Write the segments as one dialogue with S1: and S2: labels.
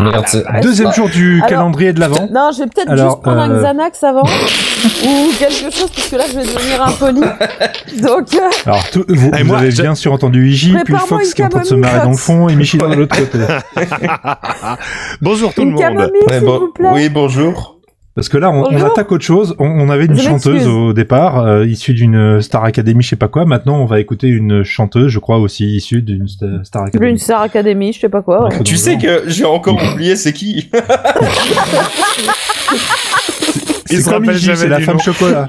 S1: Merci.
S2: Deuxième jour du
S3: Ah, Alors-
S2: calendrier de l'avant.
S3: Non, je vais peut-être
S2: Alors,
S3: juste prendre un
S2: euh,
S3: Xanax avant ou quelque chose parce que là je vais devenir impoli. Donc euh,
S2: Alors, tout- vous,
S4: Et
S2: vous
S4: moi,
S2: avez
S4: je-
S2: bien sûr entendu Iji, puis
S3: Prépare-moi
S2: Fox
S3: une
S2: qui est en train de se
S3: camomille,
S2: marrer dans le
S3: Fox.
S2: fond et Michi dans l'autre côté.
S4: Bonjour tout
S3: une
S4: le monde.
S3: camomille
S1: Ouais,
S3: s'il
S1: bon-
S3: vous plaît.
S1: Oui, bonjour.
S2: Parce que là, on, on
S3: Bonjour.
S2: attaque autre chose. On, on avait une
S3: Je
S2: chanteuse
S3: m'excuse.
S2: au départ, euh, issue d'une Star Academy, je sais pas quoi. Maintenant, on va écouter une chanteuse, je crois, aussi issue d'une Sta- Star
S3: Une
S2: Academy.
S3: Star Academy, je sais pas quoi. ouais.
S2: Un truc
S1: Tu
S2: dans
S1: sais
S2: le genre.
S1: que j'ai encore oublié c'est qui
S4: Il
S2: c'est
S4: se
S2: comme
S4: rappelle
S2: Iji,
S4: jamais
S2: c'est la
S4: du
S2: femme
S4: nom.
S2: chocolat.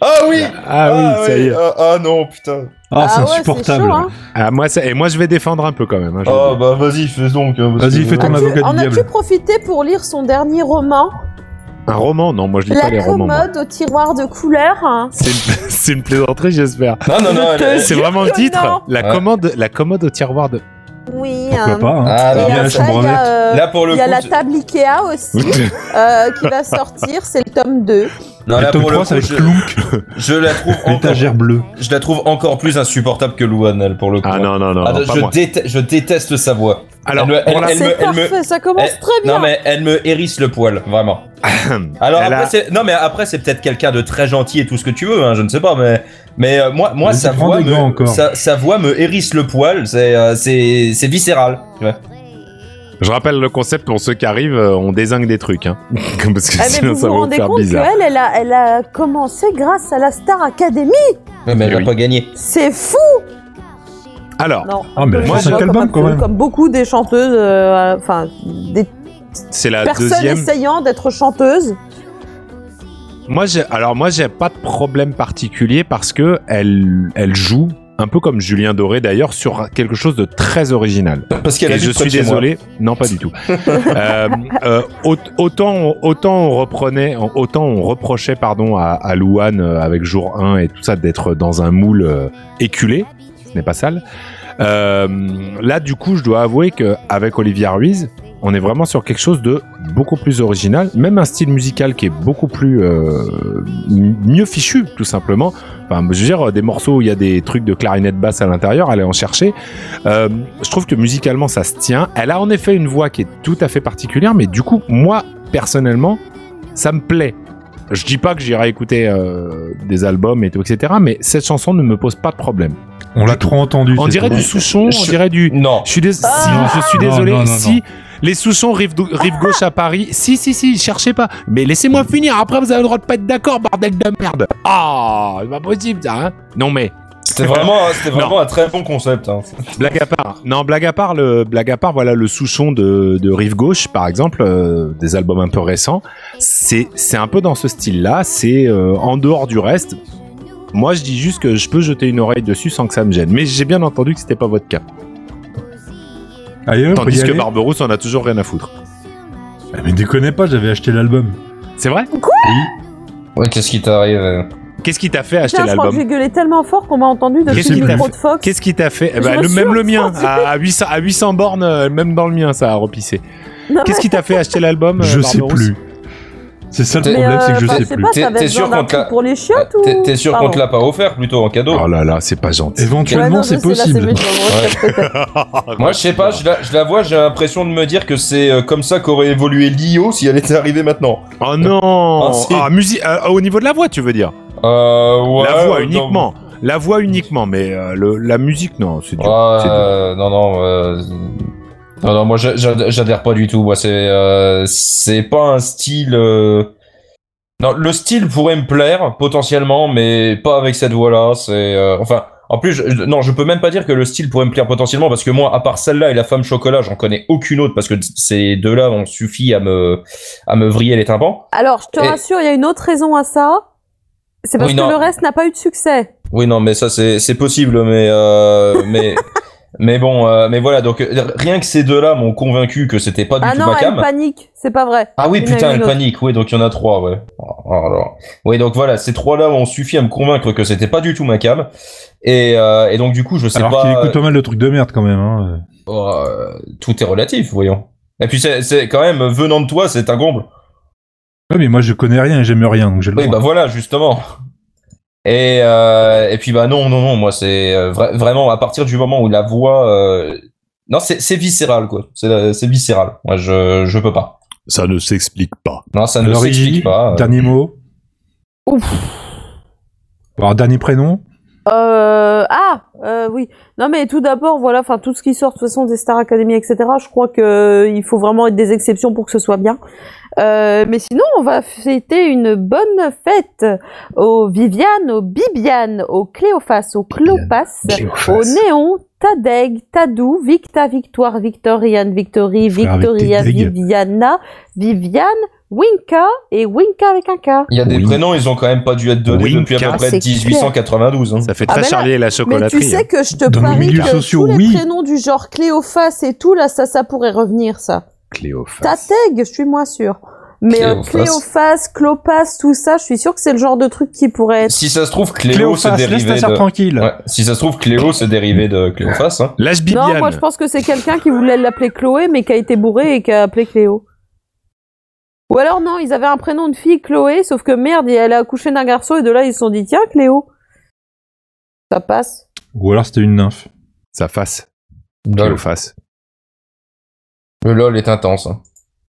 S1: Ah oui
S4: Ah oui, ça y est.
S1: Ah, ah non, putain.
S2: Ah, c'est
S3: ouais,
S2: insupportable.
S3: chaud, hein.
S4: Ah, moi, ça- Et moi, je vais défendre un peu quand même. hein, je
S1: Ah
S4: vais-
S1: bah vas-y, fais donc. hein, parce
S2: Vas-y,
S1: que-
S2: fais ton
S3: As-tu-
S2: avocat
S3: en
S2: du
S3: as-tu
S2: diable.
S3: profité pour lire son dernier roman,
S4: Un roman Non, moi, je lis pas les
S3: La
S4: romans. moi.
S3: commode au tiroir de couleur hein
S4: C'est une... c'est une plaisanterie, j'espère.
S1: Non, non, non.
S3: Je te
S1: elle-
S4: C'est vraiment le
S3: que
S4: titre
S3: non.
S4: La,
S1: Ouais.
S4: commode, la commode au tiroir de.
S3: Oui.
S2: Pourquoi
S3: hein.
S2: pas hein.
S1: Ah,
S3: Et
S1: bah,
S2: Il y a
S3: après,
S2: la
S1: bien sûr.
S2: chambre
S3: il y a, euh,
S1: Là pour le
S3: il y a la
S1: coup,
S3: table Ikea aussi euh, qui va sortir, c'est le tome 2.
S4: Ah,
S1: non,
S2: Le
S1: là
S2: tome
S1: pour le
S2: 3, c'est
S1: coup,
S2: avec
S1: je-
S2: Clunk,
S1: je la trouve encore
S2: l'étagère bleue.
S1: Je la trouve encore plus insupportable que Louane, elle, pour le coup.
S4: Ah non, non, non,
S1: Ah,
S4: non, pas
S1: je,
S4: moi.
S1: déte- je déteste sa voix.
S4: Alors,
S1: elle me-
S4: pour la-
S1: Elle me-
S3: C'est
S1: elle me-
S3: parfait, ça commence
S1: elle-
S3: très bien.
S1: Non, mais elle me hérisse le poil, vraiment. Alors
S4: Elle
S1: après,
S4: a-
S1: c'est... Non, mais après, c'est peut-être quelqu'un de très gentil et tout ce que tu veux, hein, je ne sais pas, mais, mais euh, moi, moi
S2: Mais
S1: sa,
S2: tu prends
S1: voix
S2: des gants
S1: me...
S2: encore.
S1: sa, sa voix me hérisse le poil, c'est, euh, c'est... c'est viscéral. Ouais.
S4: je rappelle le concept pour ceux qui arrivent, euh, on désingue des trucs. Hein. Parce que
S3: Eh, mais
S4: sinon,
S3: vous
S4: ça
S3: vous
S4: va vous
S3: rendez
S4: faire
S3: compte
S4: bizarre.
S3: qu'elle, elle a, elle a commencé grâce à la Star Academy
S1: Ouais, Mais
S4: Eh
S1: elle n'a
S4: oui.
S1: pas gagné.
S3: C'est fou
S4: Alors,
S3: Non,
S2: Ah,
S3: Je
S2: mais
S4: moi,
S3: vois
S4: c'est
S2: un
S3: comme,
S2: album,
S3: un
S2: quand
S3: peu-
S2: même.
S3: comme beaucoup des chanteuses, euh, enfin, des
S4: c'est la
S3: personnes
S4: deuxième.
S3: essayant d'être chanteuses.
S4: Moi, j'ai, alors moi, j'ai pas de problème particulier parce que elle, elle joue un peu comme Julien Doré d'ailleurs sur quelque chose de très original.
S1: Parce qu'elle a
S4: Et je suis désolé, non pas du tout. Euh, euh, au- autant, on- autant on reprenait, on- autant on reprochait pardon à, à Louane euh, avec jour 1 et tout ça d'être dans un moule euh, éculé, ce n'est pas sale. Euh, là, du coup, je dois avouer que avec Olivia Ruiz, on est vraiment sur quelque chose de beaucoup plus original, même un style musical qui est beaucoup plus euh, m- mieux fichu, tout simplement. Enfin, je veux dire, euh, des morceaux où il y a des trucs de clarinette basse à l'intérieur, allez en chercher. Euh, je trouve que musicalement, ça se tient. Elle a en effet une voix qui est tout à fait particulière, mais du coup, moi, personnellement, ça me plaît. Je dis pas que j'irai écouter euh, des albums et tout, etc., mais cette chanson ne me pose pas de problème.
S2: On l'a trop entendu.
S4: On
S2: c'est
S4: dirait
S2: tout.
S4: du Souchon, on
S1: Je-
S4: dirait du,
S1: Non.
S4: je suis, dés- si,
S2: Non,
S4: je suis
S2: non,
S4: désolé.
S2: non, non,
S4: si les Souchons rive, dou- rive gauche à Paris, si, si, si, cherchez pas. Mais laissez-moi finir. Après, vous avez le droit de pas être d'accord, bordel de merde. Ah, c'est pas possible, ça. Hein non mais
S1: C'était vraiment, c'était vraiment un très bon concept. hein.
S4: blague à part. Non, blague à part. Le blague à part. Voilà le Souchon de, de rive gauche, par exemple, euh, des albums un peu récents. C'est c'est un peu dans ce style-là. C'est euh, en dehors du reste. Moi, je dis juste que je peux jeter une oreille dessus sans que ça me gêne. Mais j'ai bien entendu que c'était pas votre cas.
S2: Allez, hop, on y
S4: Tandis que
S2: allait.
S4: Barberousse en a toujours rien à foutre.
S2: Ah, Mais déconnez pas, j'avais acheté l'album.
S4: C'est vrai
S2: Oui.
S1: Ouais, qu'est-ce qui t'arrive euh
S4: Qu'est-ce qui t'a fait acheter
S3: Tiens, je crois que
S4: l'album
S3: j'ai gueulé tellement fort qu'on m'a entendu depuis
S4: Qu'est-ce
S3: le
S4: qu'il t'a
S3: micro de Fox.
S4: Qu'est-ce qui t'a fait Eh
S3: Je
S4: ben,
S3: me
S4: le,
S3: suis
S4: Même le mien,
S3: entendue.
S4: à, à 800, à 800 bornes, euh, même dans le mien, ça a repissé.
S3: Non,
S4: Qu'est-ce qui t'a fait acheter l'album euh,
S2: Je sais
S4: Barberousse
S2: plus. C'est ça le
S1: Mais,
S3: Mais,
S2: problème, c'est
S3: euh,
S2: que je
S3: bah,
S2: sais plus.
S3: pas,
S1: T'es-
S3: t'avais
S1: t'es
S3: besoin
S1: sûr
S3: d'un
S1: qu'on te
S3: truc
S1: l'a-
S3: pour les chiottes ou
S1: T'es, t'es sûr qu'on te l'a pas offert plutôt en cadeau
S4: Oh là là, c'est pas gentil.
S3: Ouais,
S2: Éventuellement,
S3: non, je
S2: c'est
S3: sais, là,
S2: possible.
S3: mieux de le refaire, peut-être.
S1: Moi, je sais pas, je la, je la vois, j'ai l'impression de me dire que c'est euh, comme ça qu'aurait évolué l'IO si elle était arrivée maintenant.
S4: Oh non
S1: Ah, si.
S4: Ah, musique, euh, Au niveau de la voix, tu veux dire
S1: Euh, ouais,
S4: La voix
S1: non.
S4: uniquement. La voix uniquement, mais euh, le- la musique, non, c'est
S1: Ouais,
S4: dur. c'est dur.
S1: euh, non, non, euh, non, non, moi, j'a- j'a- j'adhère pas du tout. Moi, c'est, euh, c'est pas un style. euh, Non, le style pourrait me plaire potentiellement, mais pas avec cette voix-là. C'est, euh, enfin, en plus, je- je- non, je peux même pas dire que le style pourrait me plaire potentiellement parce que moi, à part celle-là et la femme chocolat, j'en connais aucune autre parce que ces deux-là ont suffi à me, à me vriller les tympans.
S3: Alors, je te
S1: Et-
S3: rassure, il y a une autre raison à ça. C'est parce
S1: Oui,
S3: que
S1: non.
S3: le reste n'a pas eu de succès.
S1: Oui, non, mais ça, c'est c'est possible, mais. euh, mais... Mais bon, euh, mais voilà, donc euh, rien que ces deux-là m'ont convaincu que c'était pas du
S3: Ah
S1: tout
S3: non,
S1: ma
S3: elle
S1: cam.
S3: panique, c'est pas vrai.
S1: Ah oui,
S3: Il y en a
S1: putain,
S3: une
S1: elle
S3: autre.
S1: panique. Oui, donc il y en a trois, ouais. Oh, alors. Oui, donc voilà, ces trois-là ont suffi à me convaincre que c'était pas du tout ma cam. Et, euh, et donc du coup, je sais
S2: Alors qu'il
S1: pas. euh,
S2: écoute pas mal de trucs de merde quand même. hein.
S1: Oh, euh, tout est relatif, voyons. Et puis c'est- c'est quand même venant de toi, c'est un comble.
S2: Ouais, mais moi je connais rien et j'aime rien, donc j'ai le
S1: Oui,
S2: droit.
S1: bah voilà, justement. Et, euh, et puis bah non, non, non, moi c'est euh, vra- vraiment à partir du moment où la voix, euh, Non, c'est c'est viscéral, quoi. C'est c'est viscéral. Moi, je, je peux pas.
S4: Ça ne s'explique pas.
S1: Non, ça ne
S2: Alors, Iggy,
S1: s'explique pas. euh.
S2: Dernier mot.
S3: Ouf.
S2: Alors, dernier prénom.
S3: Euh, ah, euh, oui. Non, mais tout d'abord, voilà, enfin, tout ce qui sort, de toute façon, des Star Academy, etc., je crois que euh, il faut vraiment être des exceptions pour que ce soit bien. Euh, mais sinon, on va fêter une bonne fête aux Viviane, aux Bibiane, aux Cléophas, aux Clopas, aux Néon, Tadeg, Tadou, Victa, Victoire, Victoriane, Victory,
S2: Frère avec
S3: Victoria,
S2: tes digues.
S3: Viviana, Viviane, Winka et Winka avec un K.
S1: Il y a des
S4: Oui.
S1: prénoms, ils ont quand même pas dû être donnés
S4: Winca.
S1: depuis à peu près
S3: C'est clair.
S1: 1892. hein.
S4: Ça fait
S3: Ah
S4: très
S3: ben là,
S4: Charlie et la
S3: Mais
S4: chocolaterie. hein.
S3: tu sais que je te
S2: Dans les
S3: parie
S2: milieux
S3: que
S2: sociaux,
S3: tous les
S2: oui.
S3: prénoms du genre Cléophas et tout, là, ça, ça pourrait revenir, ça.
S2: Bah,
S4: Cléophas.
S3: Tateg, je suis moins sûre. Mais euh,
S1: Cléophas.
S3: Cléophas, Clopas, tout ça, je suis sûre que c'est le genre de truc qui pourrait être...
S1: Si ça se trouve, Cléo,
S2: Cléophas,
S1: se
S2: laisse ta
S1: dérivait
S2: sœur
S1: de...
S2: tranquille.
S1: Ouais, si ça se trouve, Cléo se dérivait de Cléophas. Hein.
S4: L'âge
S3: Non,
S4: Bibiane.
S3: moi, je pense que c'est quelqu'un qui voulait l'appeler Chloé, mais qui a été bourré et qui a appelé Cléo. Ou alors, non, ils avaient un prénom de fille, Chloé, sauf que merde, elle a accouché d'un garçon et de là, ils se sont dit, tiens, Cléo. Ça passe.
S2: Ou alors c'était une nymphe.
S4: Sa face.
S1: Lol.
S4: Cléophas.
S1: Le LOL est intense. hein.